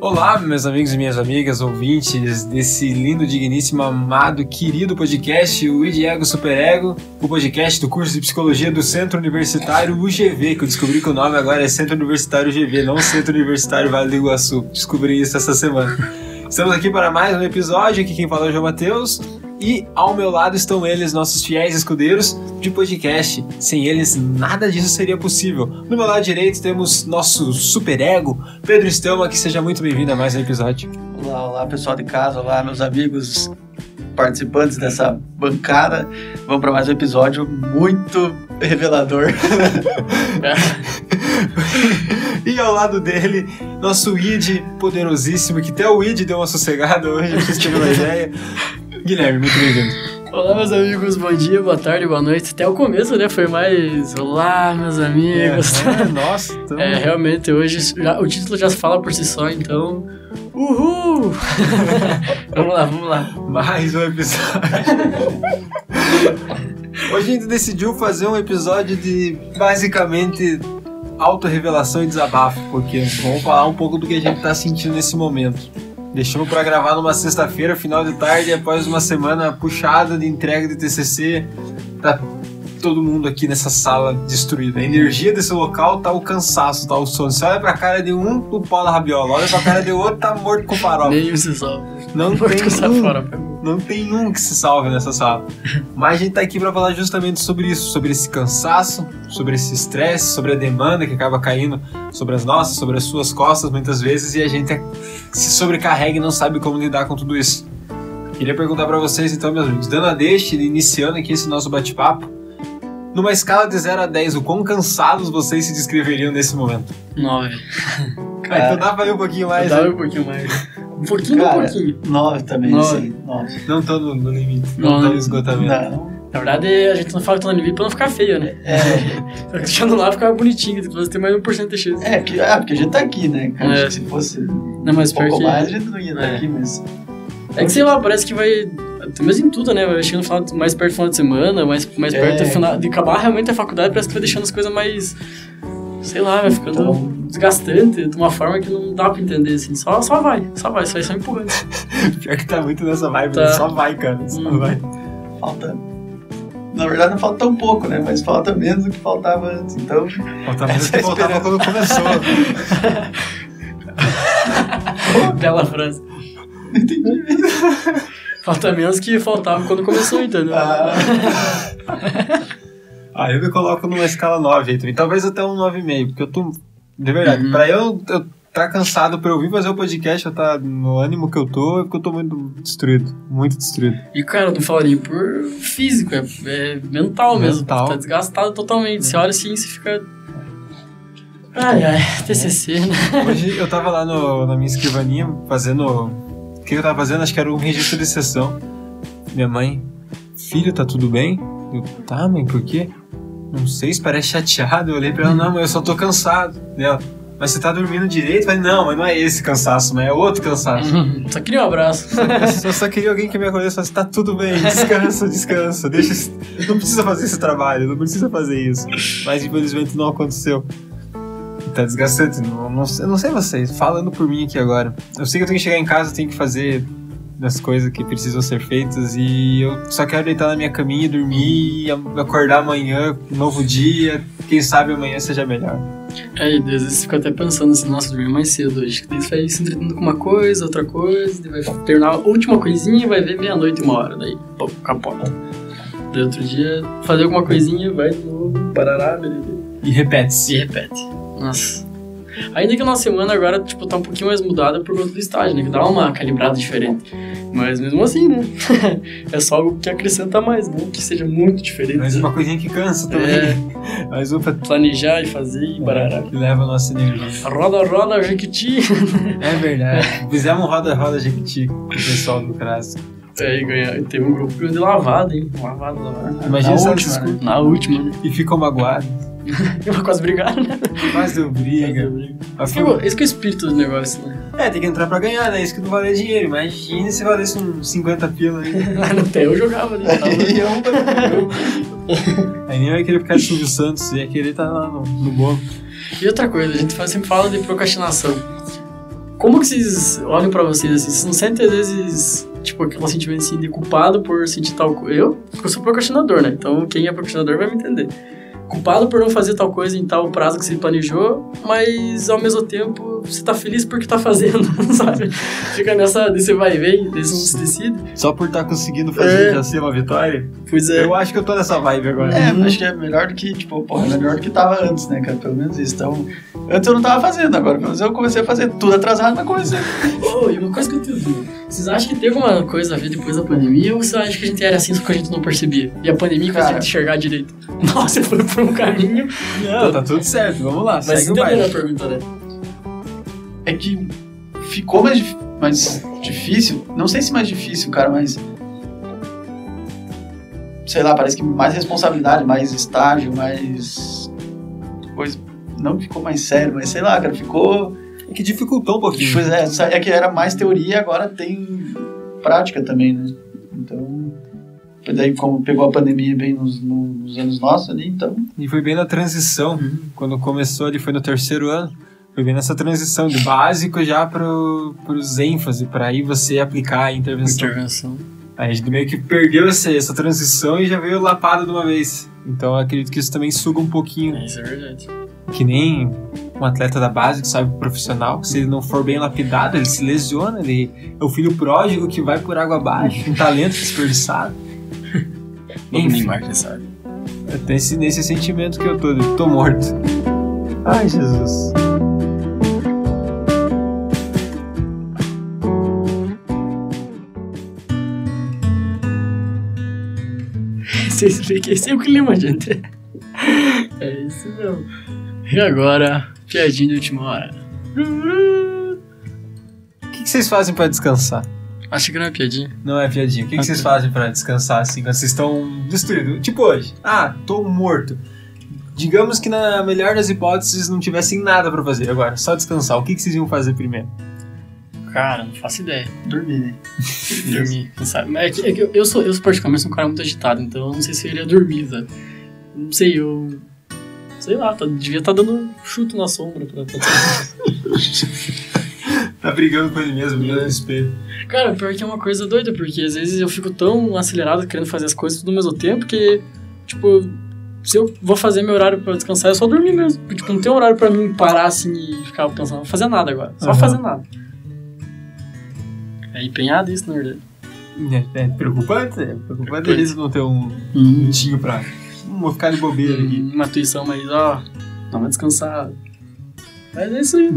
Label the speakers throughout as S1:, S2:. S1: Olá, meus amigos e minhas amigas, ouvintes desse lindo, digníssimo, amado, querido podcast, o Idiego Superego, o podcast do curso de Psicologia do Centro Universitário UGV, que eu descobri que o nome agora é Centro Universitário UGV, não Centro Universitário Vale do Iguaçu. Descobri isso essa semana. Estamos aqui para mais um episódio, aqui quem fala é o João Matheus, e ao meu lado estão eles, nossos fiéis escudeiros de podcast. Sem eles, nada disso seria possível. No meu lado direito temos nosso super ego, Pedro Estama, que seja muito bem-vindo a mais um episódio.
S2: Olá, olá pessoal de casa, olá meus amigos participantes dessa bancada. Vamos para mais um episódio muito revelador.
S1: E ao lado dele, nosso Id poderosíssimo, que até o Id deu uma sossegada hoje, pra vocês terem uma ideia. Guilherme, muito bem-vindo.
S3: Olá, meus amigos, bom dia, boa tarde, boa noite. Até o começo, né? Foi mais. Olá, meus amigos.
S1: É, nossa, tamo-
S3: É, realmente, hoje já- o título já fala por si só, então. Uhul! vamos lá, vamos lá.
S1: Mais um episódio. Hoje a gente decidiu fazer um episódio de basicamente autorrevelação e desabafo, porque vamos falar um pouco do que a gente tá sentindo nesse momento. Deixamos pra gravar numa sexta-feira, final de tarde, após uma semana puxada de entrega de TCC. Tá todo mundo aqui nessa sala destruída. A energia desse local tá o cansaço, tá o sono. Você olha pra cara de um, o pau da rabiola. Olha pra cara de outro, tá morto com farofa.
S3: Meio se salve.
S1: Não
S3: Vou
S1: tem
S3: ficar
S1: um
S3: fora, pô.
S1: não tem um que se salve nessa sala. Mas a gente tá aqui pra falar justamente sobre isso, sobre esse cansaço, sobre esse estresse, sobre a demanda que acaba caindo sobre as nossas, sobre as suas costas muitas vezes e a gente é, se sobrecarrega e não sabe como lidar com tudo isso. Queria perguntar pra vocês então, meus amigos, dando a deixa, e iniciando aqui esse nosso bate-papo, numa escala de 0 a 10, o quão cansados vocês se descreveriam nesse momento?
S3: Nove.
S1: ah,
S2: Cara,
S1: então dá pra ir um pouquinho mais,
S3: Dá
S1: né?
S3: um pouquinho mais. Um pouquinho, um
S2: Cara,
S3: pouquinho.
S2: nove também,
S3: Nove. Tá
S2: sim. Nove.
S1: não tô no, no limite, não,
S3: Não,
S1: tô no
S3: não-
S1: esgotamento.
S2: Não.
S3: Na verdade, a gente não fala que tá no nível pra não ficar feio, né?
S2: É,
S3: Tá deixando lá ficar bonitinho, depois tem mais 1% de chance.
S2: é porque, ah, porque a gente tá aqui, né, cara?
S3: É.
S2: Se fosse um
S3: Não, mas pior
S2: pouco
S3: que-
S2: mais, a gente não ia estar
S3: É.
S2: aqui, mas.
S3: É que sei lá, parece que vai. Até mesmo em tudo, né? Vai chegando no final- mais perto do final de semana, mais, mais
S2: É.
S3: perto do final, de acabar realmente a faculdade, parece que vai deixando as coisas mais. Sei lá, vai ficando
S2: Então-
S3: desgastante de uma forma que não dá pra entender, assim. Só, só vai, só vai, só vai só empurrando.
S1: Pior que tá muito nessa vibe,
S3: Tá.
S1: né? só vai, cara, só
S3: Hum.
S1: vai.
S2: Falta. Na verdade, não falta tão pouco, né? Mas falta menos do que faltava antes. Então,
S1: Faltava
S2: Essa é a
S1: faltava
S2: esperança.
S1: tá quando começou.
S3: Bela frase. Falta menos que faltava quando começou, entendeu?
S2: Ah.
S1: ah, eu me coloco numa escala 9 aí também. Talvez até um 9,5, porque eu tô. De verdade,
S3: Uhum.
S1: pra eu, eu tá cansado pra eu vir fazer o podcast, eu tá no ânimo que eu tô, é porque eu tô muito destruído. Muito destruído.
S3: E cara, não falo nem por físico, é, é mental mesmo.
S1: Mental.
S3: Tá desgastado totalmente.
S2: É.
S3: Você olha assim e você fica. Ai, ai, TCC, né?
S1: Hoje eu tava lá no- na minha escrivaninha fazendo. O que eu tava fazendo? Acho que era um registro de sessão. Minha mãe, filho, tá tudo bem? Eu, tá, mãe, por quê? Não sei, você parece chateado. Eu olhei pra ela, não, mãe, eu só tô cansado. Dela, mas você tá dormindo direito? Eu falei, não, mas não é esse cansaço, mas é outro cansaço.
S3: Só queria um abraço.
S1: Eu só- só queria alguém que me acolhesse e falasse, tá tudo bem, descansa, descansa, deixa. esse- Não precisa fazer esse trabalho, não precisa fazer isso. Mas infelizmente não aconteceu. Tá desgastante, não, não, sei- eu não sei vocês, falando por mim aqui agora. Eu sei que eu tenho que chegar em casa, eu tenho que fazer as coisas que precisam ser feitas e eu só quero deitar na minha caminha, dormir, e a- acordar amanhã, um novo dia, quem sabe amanhã seja melhor.
S3: Aí, É, Deus, você fica até pensando assim, nossa, eu dormi mais cedo hoje. que Daí você vai se entretendo com uma coisa, outra coisa, daí vai terminar a última coisinha e vai ver meia-noite, uma hora. Daí, pô, capota. Daí outro dia, fazer alguma coisinha, vai de novo, parará, beleza.
S1: E repete-se.
S3: Se repete. Nossa. Ainda que a nossa semana agora, tipo, tá um pouquinho mais mudada por conta do estágio, né? Que dá uma calibrada diferente. Mas mesmo assim, né? é só algo que acrescenta mais, não que seja muito diferente.
S1: Mas uma coisinha que cansa também. Mas ufa,
S3: Planejar e fazer e parará.
S1: que leva a nossa energia.
S3: Roda, roda, Jequiti.
S1: É verdade. Fizemos um roda-roda Jequiti com o pessoal do Crasso.
S3: É, e ganhar. Teve um grupo que ganhou de lavada, hein? Lavada, né? lavada.
S1: Imagina
S2: Na
S1: se ela
S2: última,
S1: descobre
S3: Na última, né?
S1: e ficou magoado.
S3: Quase brigaram, né?
S1: Mas deu briga. Mas
S3: Isso que,
S1: foi-
S3: é- isso que é o espírito do negócio, né?
S1: É, tem que entrar pra ganhar, né? Isso que não valia dinheiro. Imagina se valesse uns 50 pila aí.
S3: Até eu jogava, né? Tava-
S2: é
S1: E
S2: um
S1: eu- Aí nem eu ia querer ficar de Silvio Santos, ia querer estar lá no, no bolo.
S3: E outra coisa, a gente fala- sempre fala de procrastinação. Como que vocês olham pra vocês assim? Vocês não sentem às vezes, tipo, aquele sentimento assim de culpado por sentir tal coisa? Eu? Porque eu sou procrastinador, né? Então quem é procrastinador vai me entender. Culpado por não fazer tal coisa em tal prazo que você planejou, mas ao mesmo tempo você tá feliz porque tá fazendo, sabe? Fica nessa desse vai e vem, desse não se decide.
S1: Só por estar conseguindo fazer
S3: É.
S1: já ser uma vitória.
S3: Pois é.
S1: Eu acho que eu tô nessa vibe agora.
S2: É, acho que é melhor do que, tipo, porra, é melhor do que tava antes, né, cara? Pelo menos isso. Então, antes eu não tava fazendo, agora pelo menos eu comecei a fazer tudo atrasado, mas comecei.
S3: Oh, e uma coisa que eu tenho dúvida. Vocês acham que tem alguma coisa a ver depois da pandemia ou vocês acham que a gente era assim só que a gente não percebia? E a pandemia fez a
S2: Cara.
S3: gente enxergar direito? Nossa, foi por um caminho.
S1: Não, tá tudo certo, vamos lá,
S3: Mas
S1: segue o
S3: entenderam a
S1: baile.
S3: pergunta, né?
S2: É que ficou mais, dif- mais difícil. Não sei se mais difícil, cara, mas. Sei lá, parece que mais responsabilidade, mais estágio, mais. Coisa. Não ficou mais sério, mas sei lá, cara, ficou.
S1: É que dificultou um pouquinho.
S2: Pois é, sa- é que era mais teoria, agora tem prática também, né? Então, daí como pegou a pandemia bem nos, nos anos nossos ali, então...
S1: E foi bem na transição. Quando começou ali, foi no terceiro ano. Foi bem nessa transição de básico já pro, pros ênfase, pra aí você aplicar a intervenção.
S3: Intervenção.
S1: Aí a gente meio que perdeu essa, essa transição e já veio lapada de uma vez. Então eu acredito que isso também suga um pouquinho.
S3: É, isso é verdade.
S1: Que nem um atleta da base que sabe pro profissional, se ele não for bem lapidado, ele se lesiona, ele é o filho pródigo que vai por água abaixo, um talento desperdiçado. Enfim,
S3: já sabe.
S1: é nesse, nesse sentimento que eu tô, de tô morto. Ai, Jesus.
S3: Vocês veem que esse é o clima, gente. É isso mesmo. E agora, piadinha de última hora.
S1: O que, que vocês fazem pra descansar?
S3: Achei que não é piadinha.
S1: Não é piadinha. O que, que vocês fazem pra descansar assim quando vocês estão destruídos? Tipo hoje. Ah, tô morto. Digamos que na melhor das hipóteses não tivessem nada pra fazer agora, só descansar. O que, que vocês iam fazer primeiro?
S3: Cara, não faço ideia.
S2: Dormir, né?
S3: dormir, quem sabe? Mas é que, é que eu- eu sou, eu particularmente sou um cara muito agitado, então eu não sei se eu iria dormir, sabe? Não sei, eu. Sei lá, tá- devia estar dando um chute na sombra. Pra, pra-
S1: Tá brigando com ele mesmo, brigando
S3: brigando no
S1: no espelho.
S3: Cara, pior que é uma coisa doida, porque às vezes eu fico tão acelerado querendo fazer as coisas tudo ao mesmo tempo que, tipo, se eu vou fazer meu horário pra descansar, é só dormir mesmo. Porque tipo, não tem horário pra mim parar assim e ficar pensando, não vou fazer nada agora, só
S1: Aham.
S3: fazer nada. É empenhado isso, na verdade.
S1: É, é preocupante, é preocupante eles não ter um
S3: Hum.
S1: minutinho pra. Hum, vou ficar de bobeira aqui.
S3: Uma intuição mais, ó, não vai descansar. Mas é isso aí.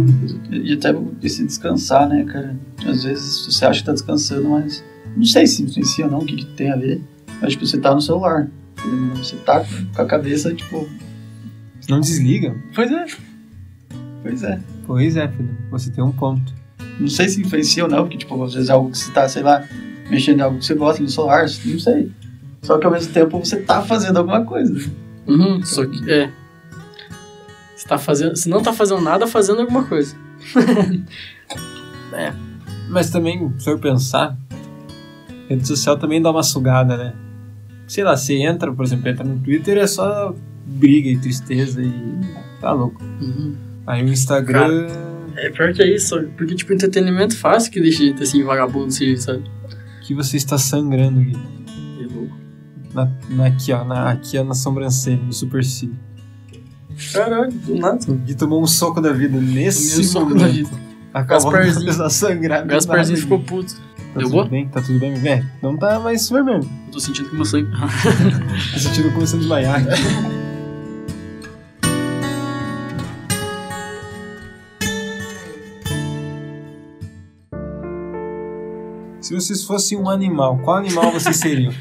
S2: E e até se descansar, né, cara? Às vezes você acha que tá descansando, mas... Não sei se influencia ou não, o que, que tem a ver. Mas, tipo, você tá no celular. entendeu? Você tá com a cabeça, tipo...
S1: Não desliga?
S2: Pois é. Pois é.
S1: Pois é, filho, você tem um ponto.
S2: Não sei se influencia ou não, porque, tipo, às vezes é algo que você tá, sei lá, mexendo em algo que você gosta no celular, não sei. Só que ao mesmo tempo você tá fazendo alguma coisa. Tipo,
S3: Uhum, só que é. Você tá fazendo. Se não tá fazendo nada, fazendo alguma coisa.
S1: Mas também, se for pensar, rede social também dá uma sugada, né? Sei lá, você entra, por exemplo, entra no Twitter, é só briga e tristeza e. tá louco.
S3: Uhum.
S1: Aí o Instagram.
S3: É pior que é isso, sabe? porque tipo, entretenimento fácil que deixa a gente assim, vagabundo, assim, sabe?
S1: que você está sangrando, Gui.
S3: É louco.
S1: Na, na- aqui, ó, na, aqui, ó, na sobrancelha, no supercílio.
S3: Caralho, do nada.
S1: O Gui tomou um soco da vida nesse
S3: Tomei um soco
S1: momento.
S3: da vida.
S1: Acabou
S3: Gasparzinho.
S1: a sangrar.
S3: O Gasparzinho ficou puto.
S1: Tá
S3: Deu
S1: tudo
S3: boa?
S1: bem? Tá tudo bem, velho? Não tá mais vermelho.
S3: Eu tô sentindo que meu sangue.
S1: Tô sentindo começando a desmaiar. aqui. Se vocês fossem um animal, qual animal vocês seriam?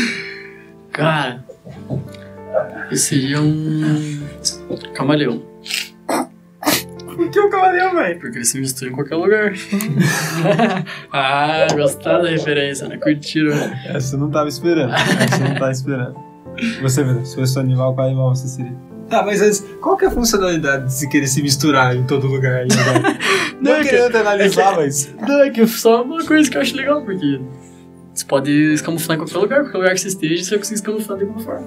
S3: Cara. é Eu seria um. Camaleão.
S1: Por que o cavaleiro, velho?
S3: Porque ele se mistura em qualquer lugar. ah, gostaram da referência, né? Curtiram, né?
S1: Essa eu É, não tava esperando. Essa eu não tava esperando. Você, Pedro, se fosse um animal, qual animal você seria? Tá, mas antes, qual que é a funcionalidade de se querer se misturar em todo lugar? aí, velho? não
S3: Não, é que-
S1: querendo analisar,
S3: é
S1: mas.
S3: Não, é que só uma coisa que eu acho legal, porque você pode se camuflar em qualquer lugar, qualquer lugar que você esteja, você vai conseguir se camuflar de alguma forma.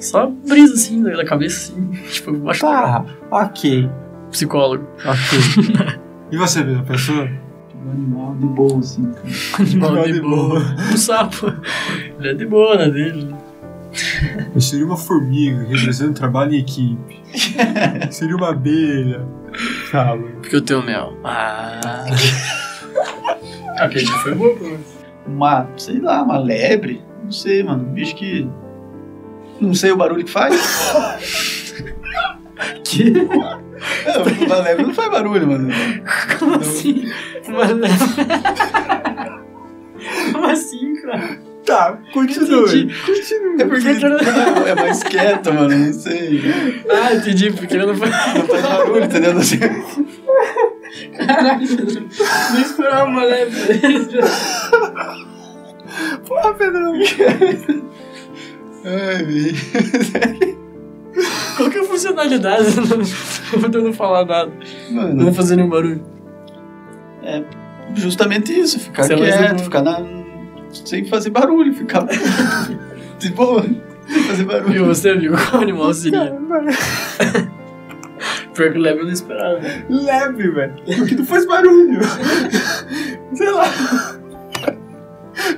S3: Só brisa assim, da da cabeça assim. Tipo, eu acho legal.
S1: Tá, ok.
S3: psicólogo.
S1: Ok. E você, Pedro, pensou?
S2: Um animal de boa, assim. cara.
S3: Animal
S1: de
S3: de boa. Um sapo. Ele é de boa, né? Dele.
S1: Eu seria uma formiga, representando trabalho em equipe. seria uma abelha. Tá, mano.
S3: Porque eu tenho mel. Ah. ok, já foi boa, pô.
S2: Uma, sei lá, uma lebre. Não sei, mano. Um bicho que. Não sei o barulho que faz.
S3: Que?
S2: É, uma lebre não faz barulho, mano.
S3: Como assim? Uma Como assim, cara?
S1: Tá, continue.
S3: Entendi.
S1: Continue.
S2: É porque é mais quieto, mano. Não sei.
S3: Ah, entendi, porque ele não foi.
S2: Não faz barulho, entendeu? Não sei.
S3: Caralho, não esperava uma leve.
S1: Porra, Pedrão.
S2: Ai, velho.
S3: Qual que é a funcionalidade? Eu não- eu não falar nada. Não
S2: Mano,
S3: vou fazer nenhum barulho.
S2: justamente isso. Ficar
S3: Você é mais
S2: quieto,
S3: um-
S2: ficar na... sem fazer barulho. Ficar de boa. Sem fazer
S3: E
S2: barulho.
S3: você, amigo, qual animal seria? Pior que o leve eu não esperava.
S1: Leve, velho. Porque não faz barulho. Sei lá.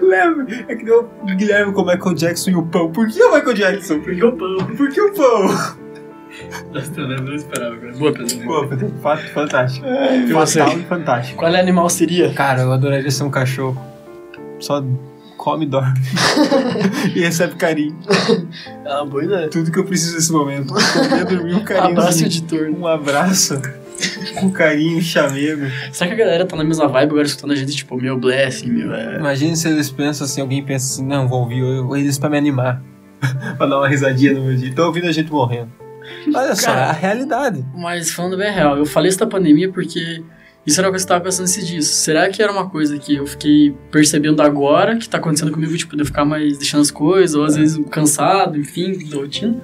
S1: Leve. É que deu o Guilherme com o Michael Jackson e o pão. Por que o Michael Jackson? Por que,
S3: Porque o pão.
S1: por que o pão?
S3: Nossa, eu não esperava, cara. Boa, Pedro.
S1: Pô, Pedro, fato fantástico.
S2: Ai,
S3: Eu sei.
S1: Fatal e fantástico.
S3: Qual animal seria?
S1: Cara, eu adoraria ser um cachorro. Só come e dorme. e recebe carinho.
S3: É uma boa ideia.
S1: Tudo que eu preciso nesse momento. Comer, dormir, um carinho.
S3: Abraço editor.
S1: Um abraço. Um carinho, um chamego.
S3: Será que a galera tá na mesma vibe agora escutando a gente, tipo, meu blessing, meu. É...
S1: Imagina se eles pensam assim, alguém pensa assim, não, vou ouvir eu- eles pra me animar. pra dar uma risadinha no meu dia. Tô ouvindo a gente morrendo. Olha só, é a realidade.
S3: Mas falando bem real, eu falei isso da pandemia porque isso era uma coisa que eu tava pensando esses dias. Será que era uma coisa que eu fiquei percebendo agora que tá acontecendo comigo, tipo, de eu ficar mais deixando as coisas, ou às vezes cansado, enfim, da rotina?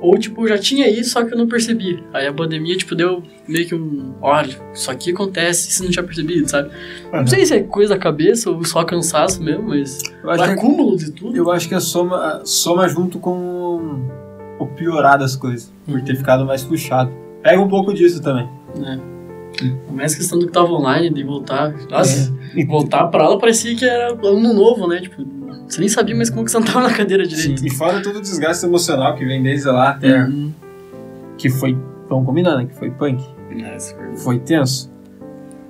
S3: Ou, tipo, eu já tinha isso, só que eu não percebi. Aí a pandemia, tipo, deu meio que um. Olha, isso aqui acontece se não tinha percebido, sabe? Não sei se é coisa da cabeça ou só cansaço mesmo, mas.
S1: Eu
S3: O
S1: acho que,
S3: acúmulo de tudo.
S1: eu acho que a soma, soma junto com o piorar das coisas. Por ter ficado mais puxado. Pega um pouco disso também.
S3: Mais questão do que tava online, de voltar. Nossa.
S1: É.
S3: voltar pra aula parecia que era ano novo, né? Tipo, você nem sabia mais como que você andava na cadeira
S1: Sim, É.
S3: direito.
S1: E fora todo o desgaste emocional que vem desde lá até.
S3: Uhum.
S1: Que foi. Vamos combinar, né? Que foi punk.
S3: É, isso foi-
S1: Foi tenso.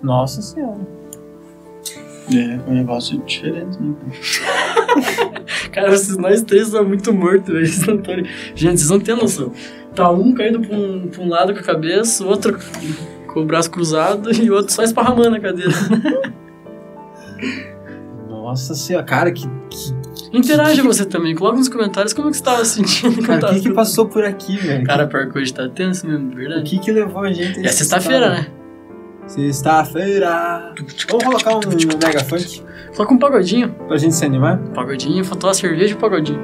S1: Nossa senhora.
S2: É, foi um negócio diferente, né?
S3: Cara, vocês nós três estamos muito mortos, velho. Vocês não tão- Gente, vocês não têm noção. Tá um caindo pra um, pra um lado com a cabeça, o outro com o braço cruzado e o outro só esparramando a cadeira.
S1: Nossa senhora. Cara, que. que
S3: Interage você também, coloca nos comentários como é que você tava sentindo.
S1: cara, o que,
S3: quando
S1: que
S3: tava-
S1: passou por aqui, velho?
S3: Cara, pior que hoje tá tenso mesmo,
S1: O
S3: verdade.
S1: que que levou a gente a
S3: É
S1: esse
S3: sexta-feira,
S1: estado?
S3: né?
S1: Sexta-feira. Vamos colocar um, mega funk
S3: Coloca um pagodinho.
S1: pra gente se animar?
S3: Pagodinho, faltou a cerveja e o pagodinho.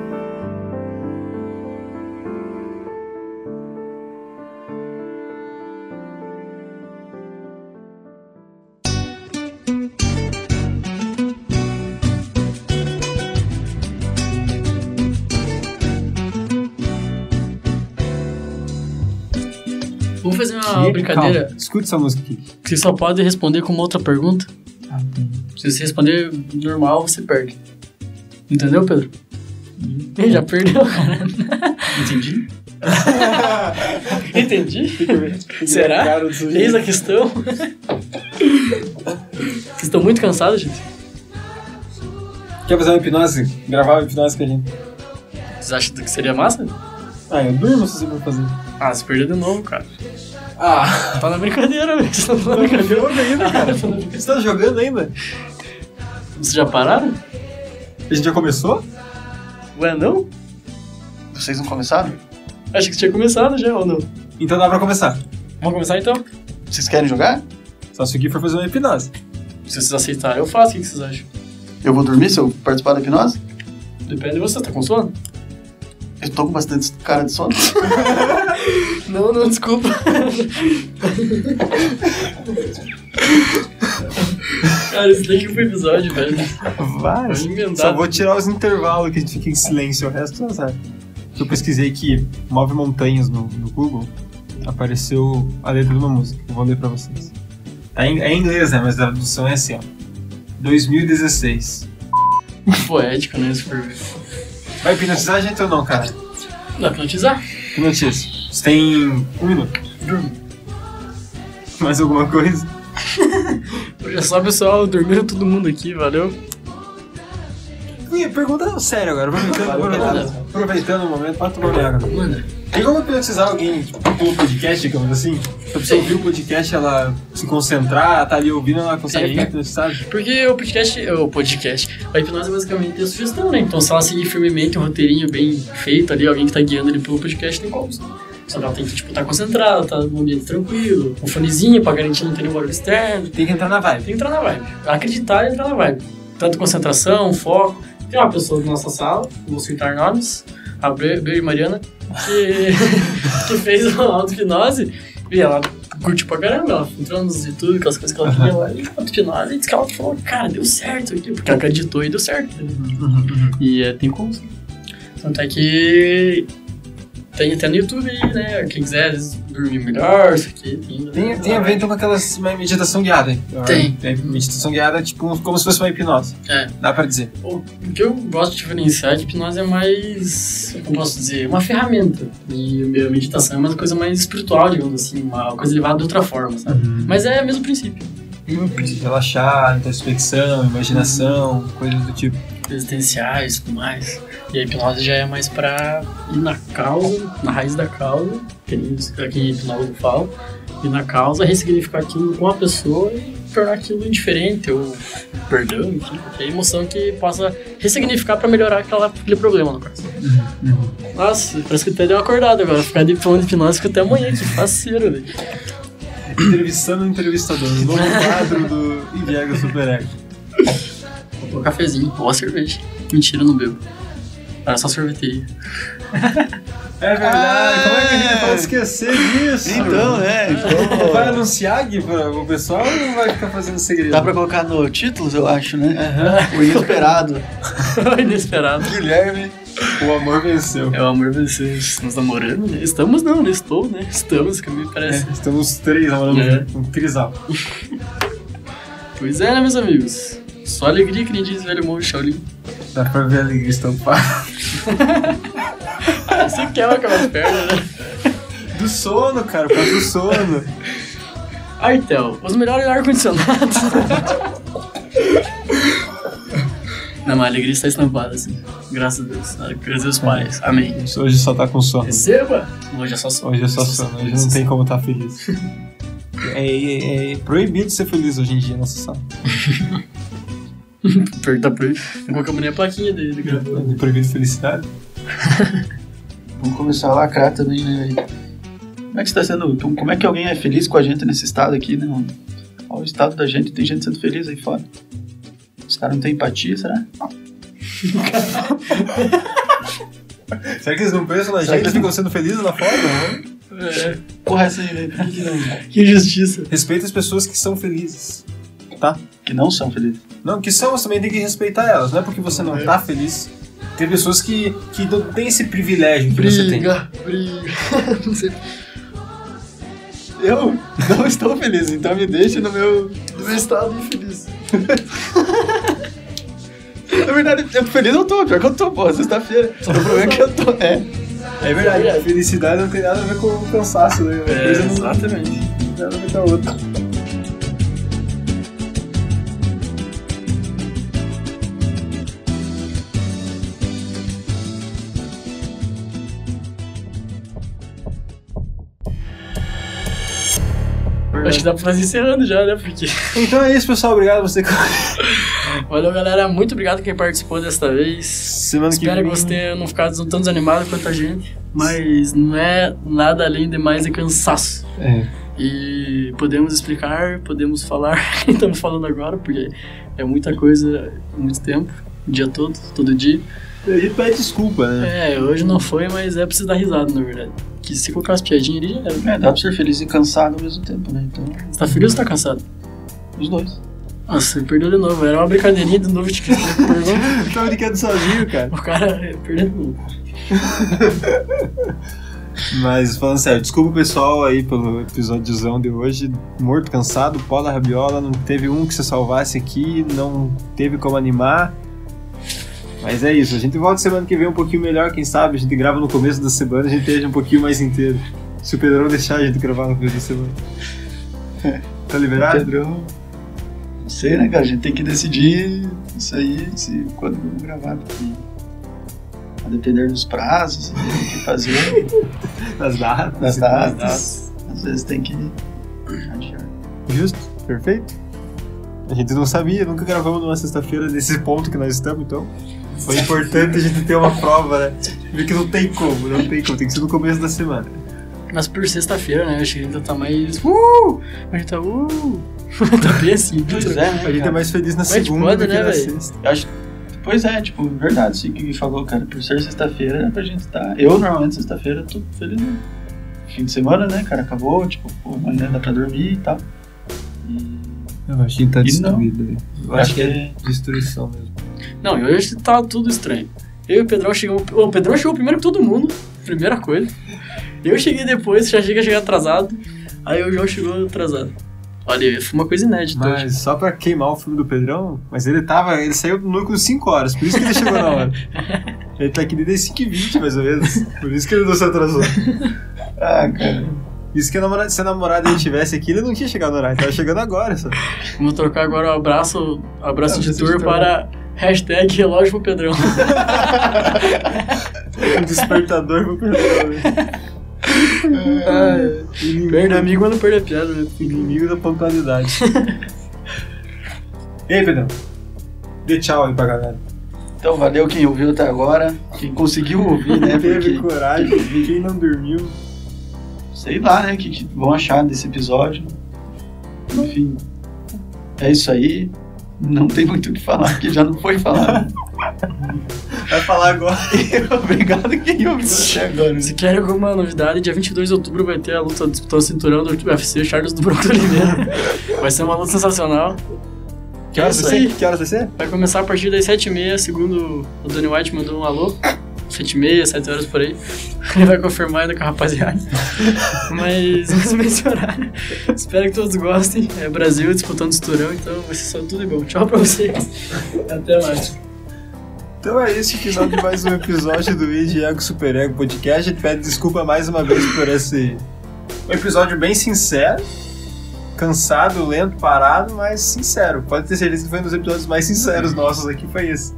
S3: Vamos fazer Ah, uma
S1: Que-
S3: brincadeira
S1: Calma, escuta essa música aqui.
S3: que você só pode responder com uma outra pergunta. Se você responder normal, você perde. Entendeu, Pedro? Ih, já perdeu, cara.
S2: Entendi.
S3: Entendi.
S1: é
S3: Será? Eis a questão. Vocês estão muito cansados, gente?
S1: Quer fazer uma hipnose? Gravar uma hipnose com a gente.
S3: Vocês acham que seria massa?
S1: Ah, eu durmo se você for fazer.
S3: Ah, você perdeu de novo, cara.
S1: Ah,
S3: Tá na brincadeira, velho. Vocês estão na brincadeira.
S1: jogo ainda, cara. Você tá jogando ainda?
S3: Vocês já pararam?
S1: A gente já começou?
S3: Ué, não?
S2: Vocês não começaram?
S3: Acho que tinha começado já, ou não?
S1: Então dá pra começar.
S3: Vamos começar então?
S2: Vocês querem jogar?
S1: Só se o Gui for fazer uma hipnose.
S3: Se vocês aceitarem, eu faço. O que vocês acham?
S2: Eu vou dormir se eu participar da hipnose?
S3: Depende de você. Tá com sono?
S2: Eu tô com bastante cara de sono.
S3: Não, não, desculpa. Cara, isso daqui foi episódio, velho.
S1: Vai.
S3: Pode emendar.
S1: Só vou tirar os intervalos que a gente fica em silêncio, o resto é azar. Eu pesquisei que move montanhas no, no Google, apareceu a letra de uma música. Eu vou ler pra vocês. Tá em- é em inglês, né? Mas a tradução é assim, ó. 2016.
S3: Poético, né? Esse perfil.
S1: Vai hipnotizar a gente ou não, cara?
S3: Dá pra hipnotizar?
S1: Hipnotiza. Você tem um minuto. Mais alguma coisa?
S3: Hoje é só, pessoal. Dormiram todo mundo aqui, valeu.
S1: Ih, pergunta sério agora, aproveitando, aproveitando, aproveitando o momento, pode tomar minha água.
S3: Mano,
S1: Tem como hipnotizar alguém tipo, pelo podcast, digamos assim? Se a pessoa ouvir o podcast, ela se concentrar, tá ali ouvindo, ela consegue
S3: Sim.
S1: ficar hipnotizada?
S3: porque o podcast... O podcast... A hipnose basicamente é sugestão, né? Então, se ela seguir firmemente um roteirinho bem feito ali, alguém que tá guiando ele pelo podcast, tem como. Só que ela tem que, tipo, tá concentrada, tá num ambiente tranquilo, com fonezinho pra garantir não ter nenhum barulho externo.
S1: Tem que entrar na vibe.
S3: Tem que entrar na vibe. Acreditar e entrar na vibe. Tanto concentração, foco. Tem uma pessoa da nossa sala, não vou citar nomes, a Bre- Bel e Mariana, que, que fez uma auto-hipnose e ela curtiu pra caramba. Ela entrou nos YouTube, aquelas coisas que ela tinha lá, e auto-hipnose, e disse que ela falou, cara, deu certo, aqui", porque ela acreditou e deu certo. E é, tem como sim. Tanto é que tem até no YouTube, né? Quem quiser às vezes, dormir melhor, isso aqui. Tem, né?
S1: Tem, tem a ver então com aquelas uma meditação guiada. hein?
S3: Tá Tem.
S1: meditação guiada é tipo como se fosse uma hipnose.
S3: É.
S1: Dá pra dizer.
S3: O que eu gosto de diferenciar é que hipnose é mais, como posso dizer, uma ferramenta. E a meditação é uma coisa mais espiritual, digamos assim, uma coisa levada de outra forma, sabe? Mas é o mesmo princípio.
S1: Relaxar, introspecção, imaginação, coisas do tipo.
S3: Existenciais e tudo mais. E a hipnose já é mais pra ir na causa, na raiz da causa, que nem isso que aqui hipnólogo fala, ir na causa, ressignificar aquilo com a pessoa e tornar aquilo indiferente ou perdão, enfim, qualquer emoção que possa ressignificar pra melhorar aquela, aquele problema, no caso. Nossa, parece que até deu uma acordada agora. Ficar de pão de hipnose fica até amanhã, que faceiro, velho.
S1: Entrevistando o entrevistador, o novo quadro do Indiego Super Ego.
S3: Ou cafezinho, ou a cerveja. Mentira, eu não bebo. Era só sorveteria.
S1: É verdade, como é que a gente pode esquecer disso?
S2: Então, né?
S1: Vai
S2: Então,
S1: anunciar, Gui, pra- pro pessoal ou não vai ficar fazendo segredo?
S2: dá pra colocar no título, eu acho, né?
S1: Aham.
S2: O inesperado.
S3: Inesperado.
S2: Guilherme.
S1: O amor venceu.
S3: É o amor de vocês. Estamos namorando, né? Estamos não, né? Estou, né? Estamos, que me
S1: É,
S3: parece.
S1: estamos três namorando
S3: É.
S1: junto, um trisal.
S3: Pois é, né, meus amigos? Só alegria que nem diz velho Monge Shaolin.
S1: Dá pra ver a alegria estampada.
S3: Você quebra com as pernas, né?
S1: Do sono, cara, por causa do sono.
S3: Ah, então, os melhores ar-condicionados. Não, mas a alegria está estampada, assim. Graças a Deus. Graças aos pais. Amém.
S1: Hoje só tá com sono.
S3: Receba! Hoje é só sono.
S1: Hoje é só sono, hoje não tem como estar feliz. É, é- é proibido ser feliz hoje em dia nessa sala.
S3: Pergunta pra ele. Não colocamos nem a plaquinha dele, gravou.
S1: É proibido felicidade.
S2: Vamos começar a lacrar também, né, velho? Como é que está sendo. então, Como é que alguém é feliz com a gente nesse estado aqui, né, mano? Olha o estado da gente, tem gente sendo feliz aí fora. Os caras não têm empatia, será?
S1: Será que eles não pensam na
S2: Será
S1: gente
S2: que
S1: e ficam sendo felizes lá fora? Não?
S3: É,
S2: Porra, essa aí, velho. por que que não-
S3: que injustiça.
S1: Respeita as pessoas que são felizes.
S2: Que não são felizes.
S1: Não, que são, você também tem que respeitar elas. Não é porque você não tá feliz. Tem pessoas que, que não têm esse privilégio que você tem.
S3: Briga, briga. Não sei.
S2: Eu não estou feliz, então me deixe no meu, no meu estado infeliz. Na verdade, eu feliz eu tô, pior que eu tô, pô, sexta-feira. O problema é que eu tô, é.
S1: É verdade, a felicidade não tem nada a ver com o cansaço, né? Uma
S3: É,
S1: coisa não
S3: exatamente.
S1: tem nada a ver com a outra.
S3: Acho que dá pra fazer encerrando já, né? Porque.
S1: Então é isso, pessoal. Obrigado a você. que-
S3: Valeu, galera. Muito obrigado quem participou desta vez.
S1: Semana que
S3: Espero que
S1: vem.
S3: vocês tenham não ficado tão desanimados quanto a gente. Mas não é nada além de mais de cansaço.
S1: É.
S3: E E podemos explicar, podemos falar o que estamos falando agora, porque é muita coisa, muito tempo, o dia todo, todo dia.
S1: A gente pede desculpa, né?
S3: É, hoje não foi, mas é pra você dar risada, na verdade. Que se colocar as piadinhas ali já era.
S2: É, dá pra ser feliz e cansado ao mesmo tempo, né? Então,
S3: Você tá feliz ou tá cansado?
S2: os dois.
S3: Nossa, você perdeu de novo. Era uma brincadeirinha de novo, te pergunta.
S1: Tá brincando sozinho, cara.
S3: O cara perdeu de novo.
S1: Mas falando sério, desculpa o pessoal aí pelo episódiozão de hoje. Morto, cansado, pó da rabiola, não teve um que se salvasse aqui, não teve como animar. Mas é isso, a gente volta semana que vem um pouquinho melhor, quem sabe? A gente grava no começo da semana, a gente esteja um pouquinho mais inteiro. Se o Pedrão deixar a gente gravar no começo da semana. Tá liberado?
S2: Pedrão. Não sei, né, cara? A gente tem que decidir isso aí, se, quando vamos gravar. Porque, a depender dos prazos, tem que fazer,
S1: Nas datas.
S2: das
S1: e
S2: datas. Às vezes tem que adiar.
S1: Justo, perfeito. A gente não sabia, nunca gravamos numa sexta-feira nesse ponto que nós estamos, então. Foi importante a gente ter uma prova, né? Ver que não tem como, não tem como, tem que ser no começo da semana.
S3: Mas por sexta-feira, né? Acho que ainda tá mais. Uh! A gente tá. Uh! tá bem assim.
S2: Pois é, né,
S1: A gente é
S2: cara?
S1: mais feliz na
S3: Mas de
S1: segunda
S3: quando,
S1: do que
S3: né,
S1: na
S3: velho?
S1: sexta.
S2: Eu acho- Pois é, tipo, verdade, isso que o Gui falou, cara, por ser sexta-feira, a gente tá. Eu normalmente sexta-feira tô feliz. né? Fim de semana, né, cara? Acabou, tipo, pô, amanhã dá pra dormir e tal. E
S1: Eu acho que tá
S2: E não. destruído,
S1: Eu
S2: é.
S1: destruição mesmo.
S3: Não, e hoje tá tudo estranho. Eu e o Pedrão chegamos. O Pedrão chegou primeiro que todo mundo, primeira coisa. Eu cheguei depois, já chega chegar atrasado. Aí o João chegou atrasado. Olha, foi uma coisa inédita. hoje.
S1: Mas só pra queimar o filme do Pedrão, mas ele tava. Ele saiu do núcleo 5 horas, por isso que ele chegou na hora. Ele tá aqui desde 5 h 20 mais ou menos. Por isso que ele não se atrasou.
S2: Ah, cara.
S1: Isso que a namorada, se a namorada dele tivesse aqui, ele não tinha chegado no horário, tava chegando agora só.
S3: Vamos trocar agora o abraço, abraço
S2: Abraço
S3: editor
S2: editor.
S3: para hashtag relógio pro Pedrão.
S1: Um despertador pro Pedrão. É.
S3: Perde
S1: Inimigo,
S3: é amigo, mas não perde a piada, né?
S1: inimigo da pontualidade. e aí, Pedrão? Dê tchau aí pra galera.
S2: Então valeu quem ouviu até agora. Quem conseguiu ouvir, né?
S1: Quem teve
S2: Porque,
S1: coragem, quem não dormiu.
S2: sei lá, né? O que, que vão achar desse episódio. Enfim. É isso aí. Não tem muito o que falar, que já não foi falado.
S1: Vai falar agora.
S2: Obrigado quem ouviu até agora.
S3: Se quer alguma novidade, dia 22 de outubro vai ter a luta disputar o cinturão do UFC Charles do Bronco Oliveira. Vai ser uma luta sensacional.
S1: Que horas
S3: É
S1: vai
S3: isso aí.
S1: ser? Que horas vai ser?
S3: Vai começar a partir das 7h30, segundo o Danny White mandou um alô. 7h30, 7 horas por aí. Ele vai confirmar ainda com a rapaziada. Mas mais ou menos esse horário. Espero que todos gostem. É Brasil disputando o cinturão, então vai ser só tudo de bom. Tchau pra vocês. Até mais.
S1: Então é isso, final de mais um episódio do Id Ego Super Ego Podcast. A gente pede desculpa mais uma vez por esse um episódio bem sincero, cansado, lento, parado, mas sincero. Pode ter certeza que foi um dos episódios mais sinceros nossos aqui, foi esse.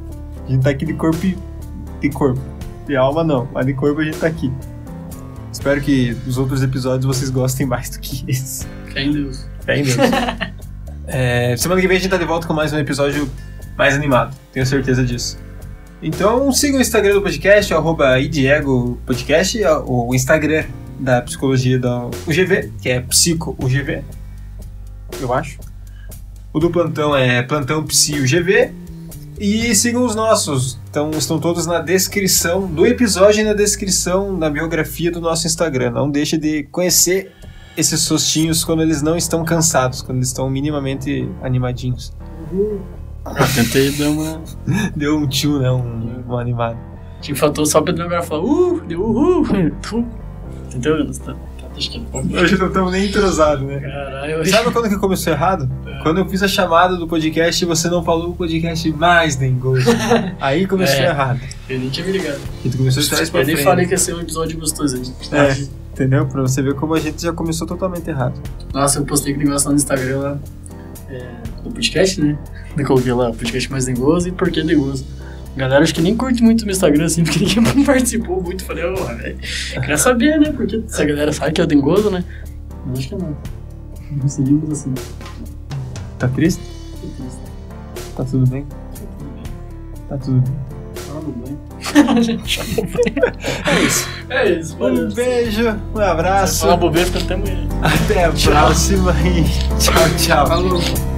S1: A gente tá aqui de corpo e... de corpo. De alma não, mas de corpo a gente tá aqui. Espero que os outros episódios vocês gostem mais do que esse.
S3: Fé em Deus.
S1: Fé em Deus. É, semana que vem a gente tá de volta com mais um episódio mais animado, tenho certeza disso. Então siga o Instagram do podcast, arroba Idiego Podcast, a- o Instagram da psicologia da UGV, que é Psico UGV, eu acho. O do plantão é Plantão Psi UGV. E sigam os nossos, então estão todos na descrição do episódio e na descrição da biografia do nosso Instagram. Não deixe de conhecer esses sustinhos quando eles não estão cansados, quando eles estão minimamente animadinhos.
S3: Tentei dar uma.
S1: Deu um tio, né? Um, um animado.
S3: Tinha que Tipo, faltou só o Pedro agora falar, uh, deu uhul. Tu. Entendeu? Nós tá- tá- Acho que é
S1: Hoje não estamos nem entrosados, né?
S3: Caralho, hoje-
S1: Sabe quando que começou errado?
S3: É.
S1: Quando eu fiz a chamada do podcast e você não falou o podcast mais nem gosto. Aí começou
S3: É.
S1: errado.
S3: eu nem tinha me ligado.
S1: E tu começou de trás pra
S3: Eu nem
S1: frente.
S3: falei que ia ser um episódio gostoso.
S1: É. Entendeu? Pra você ver como a gente já começou totalmente errado.
S3: Nossa, eu postei aquele negócio lá no Instagram lá, é, do podcast, né? Eu coloquei lá, podcast mais dengoso e por que dengoso. Galera, acho que nem curte muito o meu Instagram, assim, porque ninguém participou muito. Falei, ô, velho, queria saber, né? Porque se a galera sabe que é dengoso, né? Mas acho que não. Não Seguimos assim.
S1: Tá triste? Tá tudo bem? Tá tudo bem.
S3: Fala no banho.
S1: É isso.
S3: É isso,
S1: Um beijo, um abraço.
S4: Falar bobeira, até amanhã.
S1: Até a próxima e tchau, tchau.
S3: Falou.